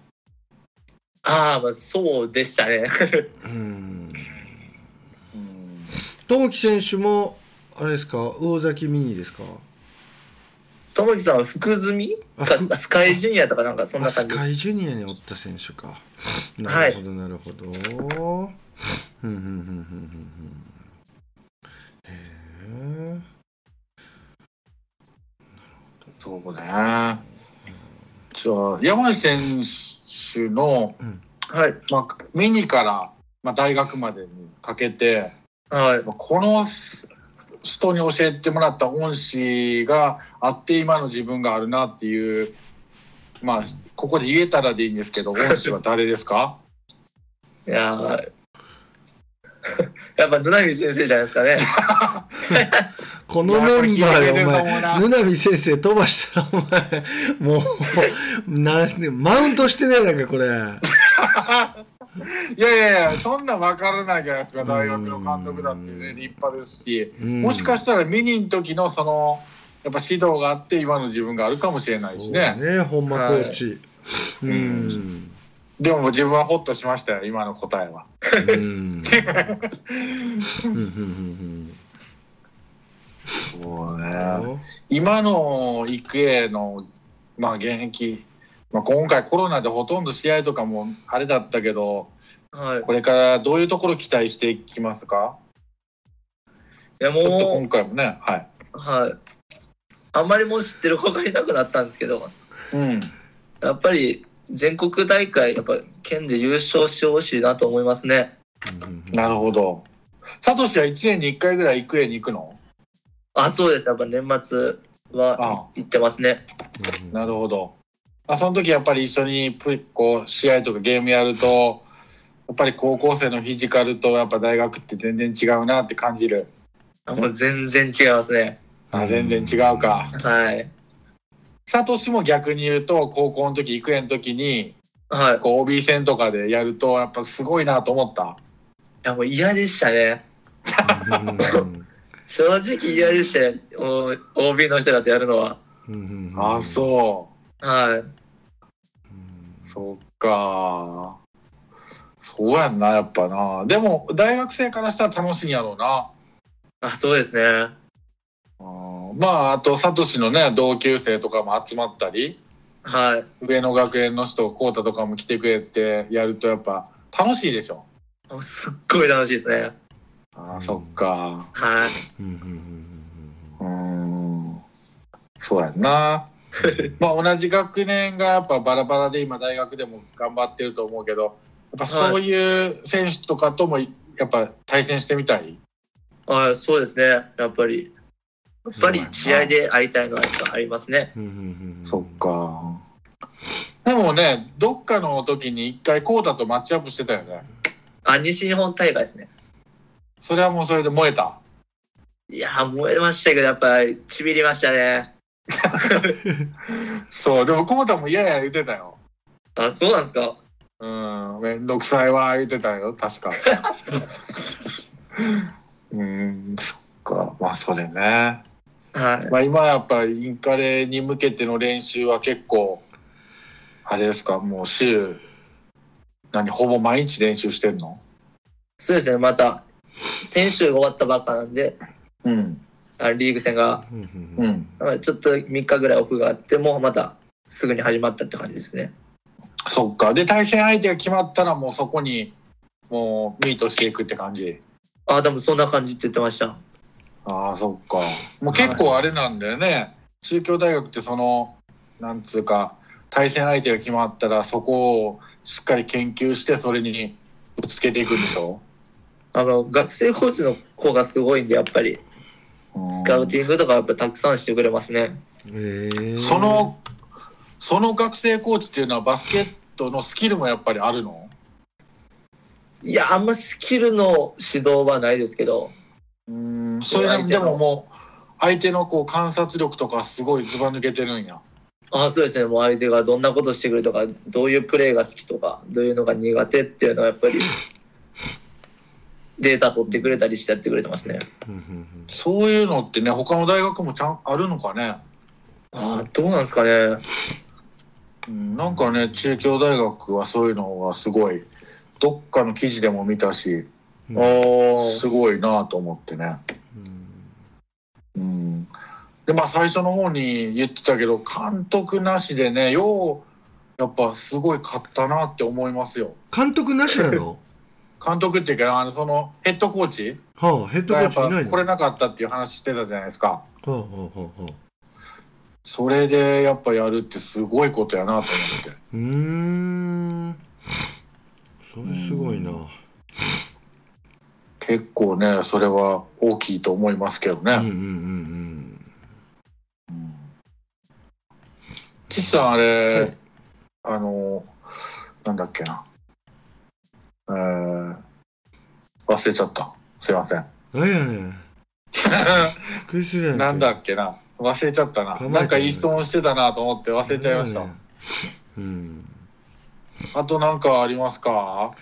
Speaker 4: ああまあそうでしたね。
Speaker 2: うん
Speaker 3: うん
Speaker 2: 友樹選手もあれですか大崎ミニですか
Speaker 4: 友樹さんは福住
Speaker 2: あ
Speaker 4: か
Speaker 2: ふ
Speaker 4: スカイジュニアとかなんかそん
Speaker 2: あ
Speaker 4: な
Speaker 2: ス
Speaker 4: 感じで
Speaker 2: カ
Speaker 4: す。
Speaker 2: イジュニアにおった選手かな
Speaker 4: は
Speaker 2: る
Speaker 4: い
Speaker 2: ほどなるほど、ふんふんふんふんふんふんへえ
Speaker 3: そうね。じゃあ、山内選手の、
Speaker 4: はい
Speaker 3: まあ、ミニから、まあ、大学までにかけて、
Speaker 4: はい
Speaker 3: まあこの人に教えてもらった恩師があって今の自分があるなっていう、まあ、ここで言えたらでいいんですけど、恩師は誰ですか
Speaker 4: いやー やっぱ野波先生じゃないですかね。
Speaker 2: このメンバーでお前、ぬなみ先生飛ばしたらお前、もう、 なんね、マウントしてないなんかこれ。
Speaker 3: いやいやいや、そんなん分からないじゃないですか、大学の監督だっていうね、立派ですし、もしか
Speaker 2: し
Speaker 3: したらミニの時のその、やっぱ指導があって今の自分があるかもしれないしね。
Speaker 2: ね、本間コーチ。う
Speaker 3: い
Speaker 2: ん。
Speaker 3: でも自分はホッとしましたよ、今の答えは。
Speaker 2: うんうんうんうん
Speaker 3: そう
Speaker 2: う
Speaker 3: ね。
Speaker 2: ん
Speaker 3: 今の育英の、まあ、現役、まあ、今回コロナでほとんど試合とかもあれだったけど
Speaker 4: はい。
Speaker 3: これからどういうところ期待していきますか
Speaker 4: いやも
Speaker 3: ちょっと
Speaker 4: う
Speaker 3: 今回もねはい、
Speaker 4: はい。あんまりもう知ってる子がいなくなったんですけど、
Speaker 3: うん、
Speaker 4: やっぱり全国大会やっぱ県で優勝してほしいなと思いますね。
Speaker 3: なるほどサトシは1年に1回ぐらい育英に行くの
Speaker 4: あ、そうです。やっぱ年末は
Speaker 3: あ
Speaker 4: 行ってますね。
Speaker 3: なるほどあその時やっぱり一緒にプこう試合とかゲームやるとやっぱり高校生のフィジカルとやっぱ大学って全然違うなって感じる
Speaker 4: あもう全然違いますね。
Speaker 3: あ全然違うか
Speaker 4: はい。
Speaker 3: サトシも逆に言うと高校の時育英の時に
Speaker 4: はい。い
Speaker 3: こう OB 戦とかでやるとやっぱすごいなと思った
Speaker 4: や、もう嫌でしたね。
Speaker 2: うん
Speaker 4: 正直嫌でしたね。もう OB の人だとやるのは。
Speaker 2: うんうん
Speaker 3: あそ
Speaker 4: は。
Speaker 2: うん
Speaker 3: うそっかそうやんなやっぱなでも大学生からしたら楽しいんやろうない
Speaker 4: あ、そうですね。
Speaker 3: うんまああとサトシのね同級生とかも集まったり
Speaker 4: はい。
Speaker 3: 上野学園の人コウタとかも来てくれてやるとやっぱ楽しいでしょ
Speaker 4: もうすっごい楽しいですね。
Speaker 3: あーそっか
Speaker 4: はい。
Speaker 2: うんうんうん
Speaker 3: うんそうやんな。まあ同じ学年がやっぱバラバラで今大学でも頑張ってると思うけど、やっぱそういう選手とかともやっぱ対戦してみたい。
Speaker 4: あそうですね。やっぱり。やっぱり試合で会いたいのはやっぱありますね。
Speaker 2: うんうんうん
Speaker 3: か。でもね、どっかの時に一回コータとマッチアップしてたよね。
Speaker 4: あ、西日本大会ですね。
Speaker 3: それはもうそれで燃えた。
Speaker 4: いや、燃えましたけど、やっぱり、ちびりましたね。
Speaker 3: そう、でもコータも嫌や言ってたよ。
Speaker 4: あ、そうなんですか。
Speaker 3: うん、めんどくさいわ言ってたよ、確か。 うん、そっか。まあそれね。
Speaker 4: はい。
Speaker 3: まあ、今やっぱインカレに向けての練習は結構あれですかもう週何ほぼ毎日練習してんの
Speaker 4: そうですね、また、先週終わったばっかなんで、
Speaker 3: うん
Speaker 4: あリーグ戦が、
Speaker 2: うんうんうん
Speaker 3: うん
Speaker 4: まあちょっと3日ぐらいオフがあって、もうまたすぐに始まったって感じですね。
Speaker 3: そっかで対戦相手が決まったらもうそこにもうミートしていくって感じ
Speaker 4: あ、でもそんな感じって言ってました。
Speaker 3: ああそっかもう結構あれなんだよね中京大学ってそのなんつうか対戦相手が決まったらそこをしっかり研究してそれにぶつけていくんでしょ
Speaker 4: あの学生コーチの子がすごいんでやっぱりスカウティングとかやっぱたくさんしてくれますね。
Speaker 2: え
Speaker 3: そのその学生コーチっていうのはバスケットのスキルもやっぱりあるの
Speaker 4: いやあんまスキルの指導はないですけど
Speaker 3: うんそれでもでももう相手のこう観察力とかすごいずば抜けてるんや
Speaker 4: あそうですねもう相手がどんなことしてくるとかどういうプレーが好きとかどういうのが苦手っていうのはやっぱりデータ取ってくれたりしてやってくれてますね。
Speaker 3: そういうのってね他の大学もちゃんあるのかね
Speaker 4: あーどうなんですかね。
Speaker 3: うんなんかね中京大学はそういうのがすごいどっかの記事でも見たし
Speaker 2: うん
Speaker 4: お
Speaker 3: すごいなと思ってね。うんでまあ最初の方に言ってたけど監督なしでねようやっぱすごい勝ったなって思いますよ。
Speaker 2: 監督なしなの
Speaker 3: 監督っていうかあのそのヘッドコーチ
Speaker 2: はあヘッドコ
Speaker 3: がや
Speaker 2: ー
Speaker 3: っ
Speaker 2: チいな
Speaker 3: ぱ
Speaker 2: いの
Speaker 3: これなかったっていう話してたじゃないですか。
Speaker 2: はあはあはあはあ
Speaker 3: それでやっぱやるってすごいことやなと思って。
Speaker 2: うーんそれすごいな
Speaker 3: 結構ねそれは大きいと思いますけどね。
Speaker 2: うんうんうん
Speaker 3: 岸さんあれ、
Speaker 2: はい
Speaker 3: あのなんだっけなえー、忘れちゃったすいません
Speaker 2: うん何やねん クリスやんけ
Speaker 3: なんだっけな忘れちゃったな
Speaker 2: 構えてない
Speaker 3: なんかいい質問してたなと思って忘れちゃいました、
Speaker 2: 何やねんうん
Speaker 3: あとなんかありますか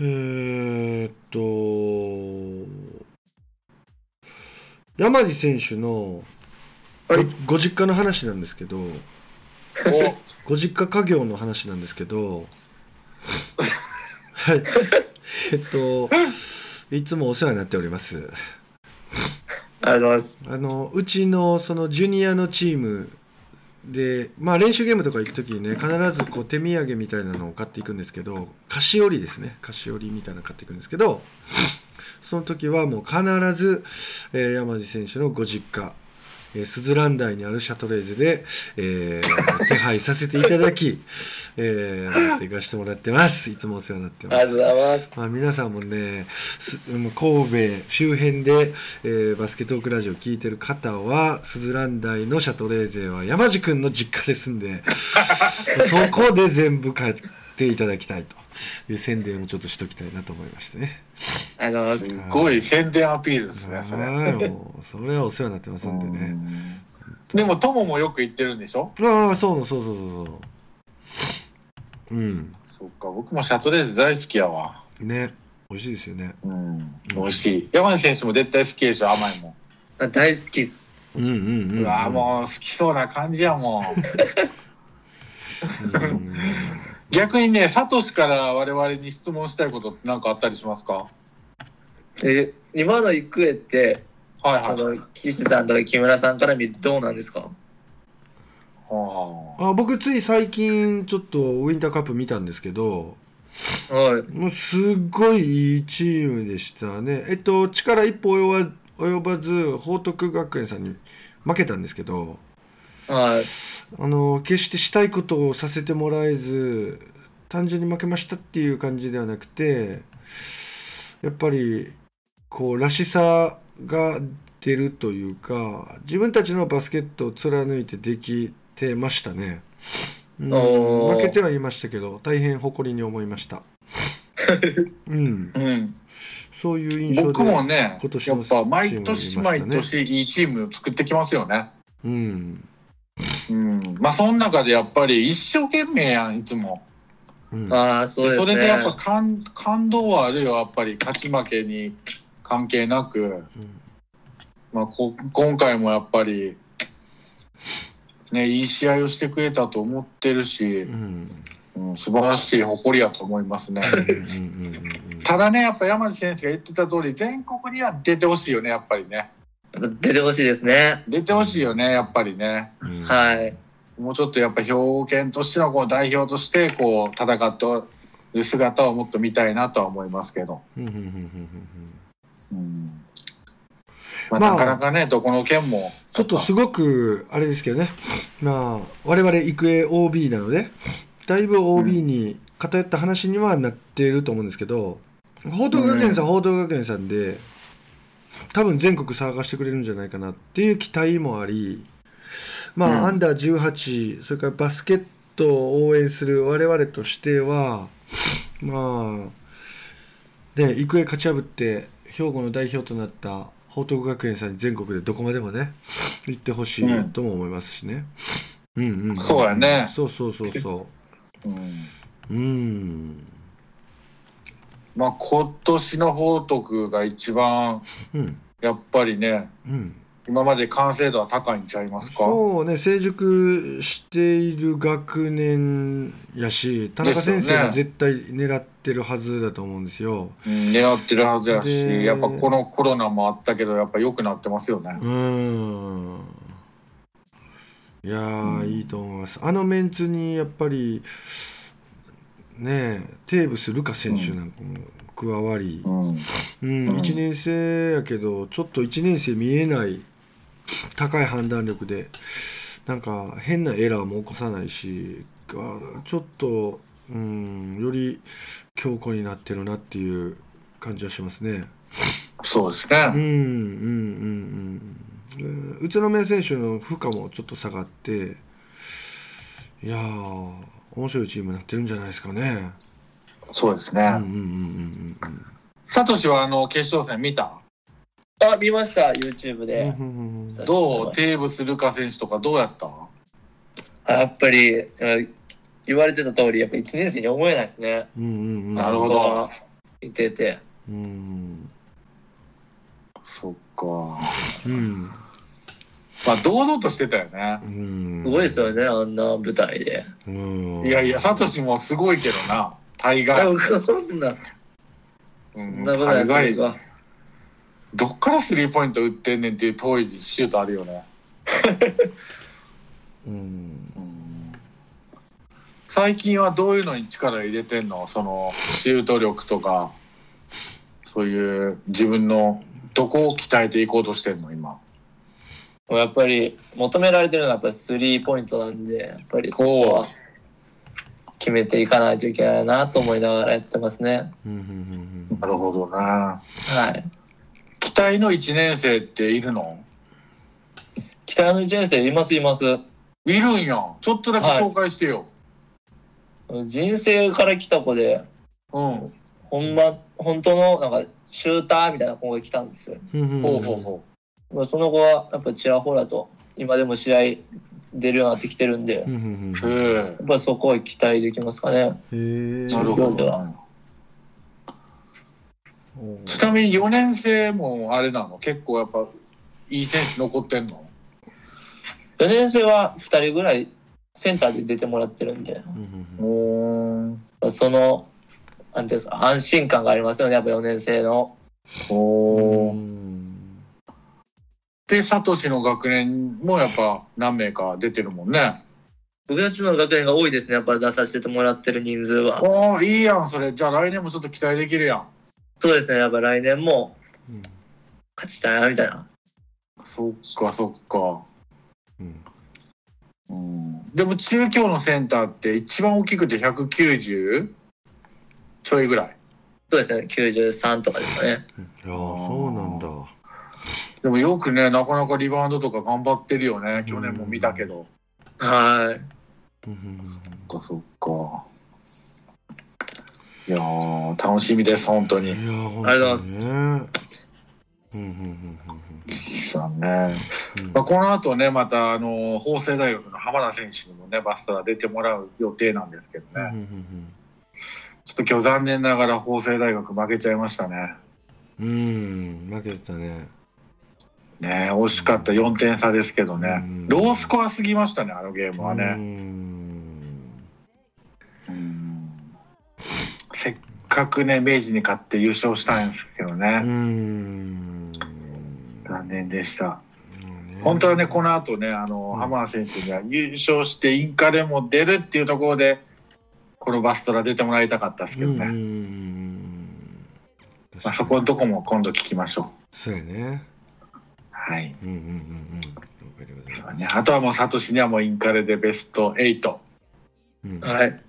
Speaker 2: えーっと山地選手のご,、
Speaker 4: はい
Speaker 2: 実家の話なんですけど
Speaker 3: お
Speaker 2: ご実家家業の話なんですけ どはいえっといつもお世話になっております
Speaker 4: ありがとうございます。
Speaker 2: あのうちのそのジュニアのチームで、まあ、練習ゲームとか行く時にね必ずこう手土産みたいなのを買っていくんですけど菓子折りですね菓子折りみたいなの買っていくんですけどその時はもう必ず、えー山地選手のご実家えースズラン台にあるシャトレーゼで、えー手配させていただき、えー、持って行かせてもらってますいつもお世話になって
Speaker 4: あ
Speaker 2: ま
Speaker 4: り
Speaker 2: す
Speaker 4: がとうございます。
Speaker 2: まあ、皆さんもねすもう神戸周辺で、えーバスケットークラジオを聞いてる方はスズラン台のシャトレーゼは山地君の実家ですん でそこで全部買っていただきたいという宣伝をちょっとしときたいなと思いましてね。
Speaker 4: ありがとうございます。
Speaker 3: すごい宣伝アピールですねそれ
Speaker 2: はいもうそれはお世話になってますんで
Speaker 3: う
Speaker 2: ね。
Speaker 3: んでも友もよく言ってるんでしょ
Speaker 2: ああそうそうそうそうそう。うん
Speaker 3: そっか僕もシャトレーゼ大好きやわ
Speaker 2: ね美味しいですよね。
Speaker 3: うん美味しい山根選手も絶対好きでしょ甘いもん
Speaker 4: あ大好きっす。
Speaker 2: うんうんうん、うん。
Speaker 3: うわーもう好きそうな感じや もん
Speaker 2: うん
Speaker 3: 逆にねサトシから我々に質問したいことって何かあったりしますか
Speaker 4: え今の行方って
Speaker 3: はい
Speaker 4: あ
Speaker 3: はい
Speaker 4: の岸さんとか木村さんから見てどうなんですか
Speaker 3: あ
Speaker 2: あ僕つい最近ちょっとウィンターカップ見たんですけど
Speaker 4: はい。
Speaker 2: もうすっごいいいチームでしたねえっと力一歩及ば及ばず報徳学園さんに負けたんですけど
Speaker 4: はい。
Speaker 2: あの決してしたいことをさせてもらえず単純に負けましたっていう感じではなくてやっぱりこうらしさが出るというか自分たちのバスケットを貫いてできてましたね、うん
Speaker 4: おー
Speaker 2: 負けてはいましたけど大変誇りに思いま した、うん、
Speaker 3: ーうん
Speaker 2: そういう印象で
Speaker 3: 僕もね
Speaker 2: 今年
Speaker 3: や
Speaker 2: の
Speaker 3: っぱ毎年
Speaker 2: チームを見ましたね
Speaker 3: 毎年いいチームを作ってきますよね
Speaker 2: うん
Speaker 3: うんまあその中でやっぱり一生懸命やんいつも
Speaker 2: うん
Speaker 4: ああそうです
Speaker 3: そ
Speaker 4: ね。
Speaker 3: れでやっぱ感感動はあるよやっぱり勝ち負けに関係なく、
Speaker 2: うん
Speaker 3: まあ、こ今回もやっぱり、ね、いい試合をしてくれたと思ってるし
Speaker 2: うんう、ん
Speaker 3: うん、素晴らしい誇りやと思いますね。
Speaker 2: うんうんうん
Speaker 3: ただねやっぱ山地選手が言ってた通り全国には出てほしいよねやっぱりね
Speaker 4: 出てほしいですね。
Speaker 3: 出てほしいよねやっぱりね
Speaker 2: うん
Speaker 4: はい。
Speaker 3: もうちょっとやっぱ兵庫県としてのこう代表としてこう戦ってる姿をもっと見たいなとは思いますけど。
Speaker 2: うんうんうんうんうん
Speaker 3: うんまあ、
Speaker 2: まあ
Speaker 3: なかなかね、どこの県も。
Speaker 2: ちょっとすごく、あれですけどね、まあ、我々育英 OB なので、だいぶ OB に偏った話にはなっていると思うんですけど、報道学園さん、報道学園さんで、多分全国探してくれるんじゃないかなっていう期待もあり、まあ、
Speaker 3: うん
Speaker 2: アンダー18、それからバスケットを応援する我々としては、まあ、ね、育英勝ち破って、兵庫の代表となった報徳学園さんに全国でどこまでもね、行ってほしいとも思いますしね。うん、うん、
Speaker 3: そうやね
Speaker 2: そうそうそうそ
Speaker 3: うん
Speaker 2: う。うん。
Speaker 3: まあ、今年の報徳が一番、
Speaker 2: うん。
Speaker 3: やっぱりね、
Speaker 2: うん。
Speaker 3: 今まで完成度は高いんちゃいますか。
Speaker 2: そうね、成熟している学年やし、田中先生
Speaker 3: ですよ
Speaker 2: が
Speaker 3: ね
Speaker 2: 絶対狙ってるはずだと思うんですよ。
Speaker 3: うん狙ってるはずや
Speaker 2: で
Speaker 3: し、やっぱこのコロナもあったけど、やっぱ良くなってますよね
Speaker 2: う。ーん。いやー、いいと思います。あのメンツにやっぱり、ねえ、テーブス・ルカ選手なんかも加わり、
Speaker 3: う
Speaker 2: うん、
Speaker 3: ん、うん
Speaker 2: 1年生やけどちょっと1年生見えない高い判断力でなんか変なエラーも起こさないしあちょっと、うん、より強固になってるなっていう感じはしますね。
Speaker 3: そうです
Speaker 2: うんうん
Speaker 3: ね。
Speaker 2: うんうんうん宇都宮選手の負荷もちょっと下がっていやー面白いチームになってるんじゃないですかね。
Speaker 3: そうです
Speaker 2: うんうんう
Speaker 3: ね。
Speaker 2: んうんうん
Speaker 3: サトシはあの決勝戦見た。
Speaker 4: あ、見ました、YouTube
Speaker 2: うん
Speaker 4: で。
Speaker 2: うんうんうん。
Speaker 3: どう、テーブスルカ選手とかどうやった。
Speaker 4: あやっぱり、うん言われてた通り、やっぱ1年生に思えないですね。
Speaker 2: うんうんうん
Speaker 3: なるほど。
Speaker 4: 見てて。
Speaker 2: うん
Speaker 3: そっか。
Speaker 2: うん
Speaker 3: まあ、堂々としてたよね。
Speaker 2: うん
Speaker 4: すごいですよね、あんな舞台で。
Speaker 2: うん
Speaker 3: いやいや、サトシもすごいけどな。大
Speaker 4: あ、
Speaker 3: 概。
Speaker 4: 僕は そんな、
Speaker 3: う
Speaker 4: そん
Speaker 3: ん
Speaker 4: なことないで
Speaker 3: 大
Speaker 4: す
Speaker 3: 概
Speaker 4: 僕。は
Speaker 3: どっからスリーポイント打ってんねんっていう遠いシュートあるよね。
Speaker 2: うん
Speaker 3: 最近はどういうのに力入れてんのそのシュート力とかそういう自分のどこを鍛えていこうとしてんの今
Speaker 4: もうやっぱり求められてるのがやっぱりスリーポイントなんで、やっぱりそこは決めていかないといけないなと思いながらやってますね。
Speaker 2: うんうん
Speaker 3: なるほどな
Speaker 4: はい。
Speaker 3: 期待の1年生っているの
Speaker 4: 北の1年生いますいます。
Speaker 3: いるんやちょっとだけ紹介してよ、
Speaker 4: 人生から来た子で、
Speaker 3: うん
Speaker 4: ほんま、本当のなんかシューターみたいな子が来たんですよ。
Speaker 2: うんうん
Speaker 3: ほうほうほ
Speaker 4: まあその子はやっぱちらほらと今でも試合出るようになってきてるんで、
Speaker 2: うんうん
Speaker 3: うへ
Speaker 4: やっぱりそこは期待できますかね。
Speaker 2: うんへえ
Speaker 3: えなるほ
Speaker 4: そうで
Speaker 3: ど
Speaker 4: は
Speaker 3: ちなみに4年生もあれなの結構やっぱいい選手残ってんの
Speaker 4: 4年生は2人ぐらいセンターで出てもらってるんで、
Speaker 2: うんうん
Speaker 3: お
Speaker 4: まあその、なんていうんですか、安心感がありますよね、やっぱ4年生の。
Speaker 2: うん
Speaker 3: お
Speaker 2: うん
Speaker 3: でサトシの学年もやっぱ何名か出てるもんね
Speaker 4: 僕たちの学年が多いですね、やっぱり出させてもらってる人数は。
Speaker 3: おおいいやんそれじゃあ来年もちょっと期待できるやん
Speaker 4: そうですね、やっぱ来年も勝ちたいな、みたいな。
Speaker 3: そっかそっか
Speaker 2: うん
Speaker 3: うんでも中京のセンターって一番大きくて190ちょいぐらい
Speaker 4: そうですね、93とかですかね。
Speaker 2: いやーそうなんだ
Speaker 3: でもよくねなかなかリバウンドとか頑張ってるよね去年も見たけど
Speaker 4: はい。
Speaker 2: うんうん
Speaker 3: そっかそっかいやー楽しみです本当
Speaker 2: うん
Speaker 3: に
Speaker 2: いやー本
Speaker 4: ありがとうござい
Speaker 2: 当に
Speaker 4: ます
Speaker 2: ねうんうんうん
Speaker 3: さんね、
Speaker 2: うん
Speaker 3: まあ、この後ねまたあの法政大学の浜田選手にもねバスター出てもらう予定なんですけどね、
Speaker 2: うんうん
Speaker 3: ちょっと今日残念ながら法政大学負けちゃいましたね。
Speaker 2: うんうん負けてたね
Speaker 3: ねえ惜しかった4点差ですけどね
Speaker 2: うん。
Speaker 3: ロースコアすぎましたね、あのゲームは
Speaker 2: う
Speaker 3: ね。
Speaker 2: ん
Speaker 3: うんせっかくね、明治に勝って優勝したいんですけど
Speaker 2: う
Speaker 3: ね。
Speaker 2: ん
Speaker 3: 残念でした。
Speaker 2: うん
Speaker 3: 本当はね、この後ね、あの、
Speaker 2: うん
Speaker 3: 浜田選手には優勝してインカレも出るっていうところで、このバストラ出てもらいたかったですけど
Speaker 2: うんうん
Speaker 3: ね。
Speaker 2: うんうん
Speaker 3: まあ、そこのとこも今度聞きましょ
Speaker 2: そうやね
Speaker 3: う。はい。
Speaker 2: うんうんうんうん了解でございます
Speaker 3: ねあとはもうサトシにはもうインカレでベスト8。
Speaker 2: うん
Speaker 4: はい。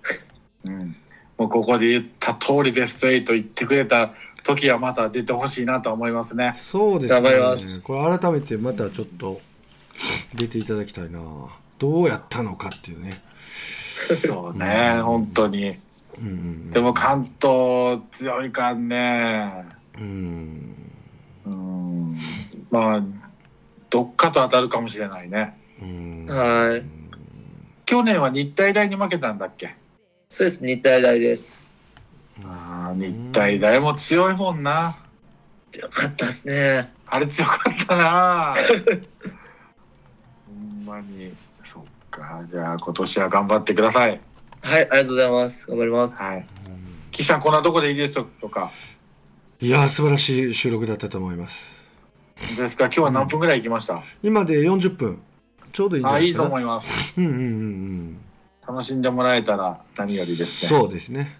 Speaker 3: うん。もうここで言った通りベスト8行ってくれた時はまた出てほしいなと思いますね。
Speaker 2: そうですね
Speaker 4: 頑張ります
Speaker 2: これ改めてまたちょっと出ていただきたいなどうやったのかっていうね
Speaker 3: そうね、本当に。
Speaker 2: うんうんうん
Speaker 3: でも関東強いかんね。
Speaker 2: うん
Speaker 3: うん。まあ、どっかと当たるかもしれないね。
Speaker 2: うん
Speaker 4: はい。
Speaker 3: 去年は日体大に負けたんだっけ
Speaker 4: そうです。日体大です。
Speaker 3: ああ、日体大も強いもんな。
Speaker 4: 強かったですね。
Speaker 3: あれ強かったな。ほんまに。そっか。じゃあ今年は頑張ってください。
Speaker 4: はい。ありがとうございます。頑張ります。
Speaker 3: はい。岸さん、こんなとこでいいでしょうか。
Speaker 2: いやー素晴らしい収録だったと思います
Speaker 3: ですから、今日は何分ぐらい行きました、
Speaker 2: 今で40分ちょうどいいんじゃ
Speaker 3: あ、
Speaker 2: ない
Speaker 3: い
Speaker 2: い
Speaker 3: いと
Speaker 2: かな
Speaker 3: 思います。
Speaker 2: うんうんうん
Speaker 3: 楽しんでもらえたら何より
Speaker 2: うん
Speaker 3: ですね。
Speaker 2: そうですね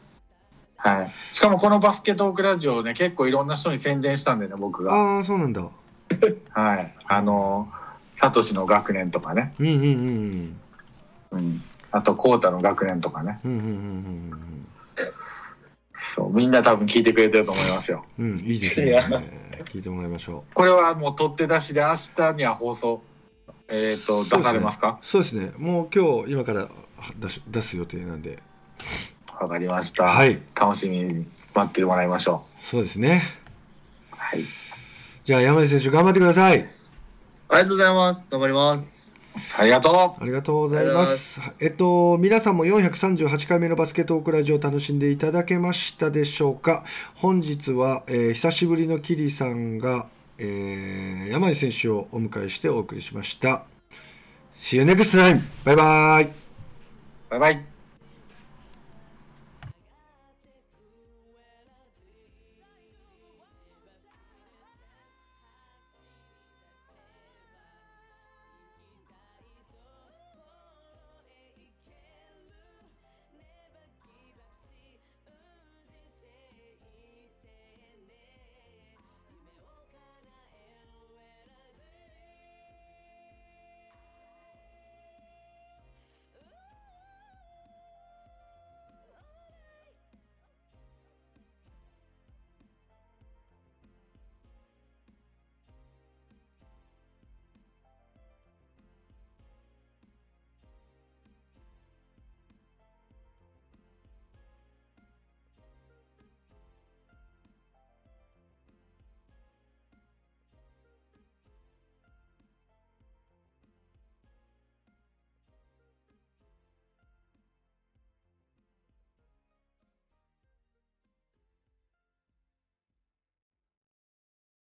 Speaker 3: はい。しかも、このバスケトークラジオね、結構いろんな人に宣伝したんでね、僕が。
Speaker 2: ああそうなんだ
Speaker 3: はい。あの、サトシの学年とかね。
Speaker 2: うんうんうんうん
Speaker 3: うん。あと、コータの学年とかね。
Speaker 2: うんうんうんうん
Speaker 3: そう、みんな多分聞いてくれてると思いますよ。
Speaker 2: うんうんいいです
Speaker 4: い
Speaker 2: ね
Speaker 4: や
Speaker 2: 聞いてもらいましょう
Speaker 3: これはもう取って出しで明日には放送、えっ、と、出されますか
Speaker 2: そうですねもう今日今から出し出す予定なんで
Speaker 3: わ、かりました。
Speaker 2: はい
Speaker 3: 楽しみに待ってもらいましょ
Speaker 2: そうですね
Speaker 3: う。はい。
Speaker 2: じゃあ山地選手頑張ってください
Speaker 4: ありがとうございます。頑張ります。
Speaker 3: ありがと
Speaker 2: ありがとうございます。えっと、皆さんも438回目のバスケットオークラジオを楽しんでいただけましたでしょうか。本日は、えー久しぶりのキリさんが、えー山井選手をお迎えしてお送りしました。See you next time! バイバイ
Speaker 3: う。バイバイ。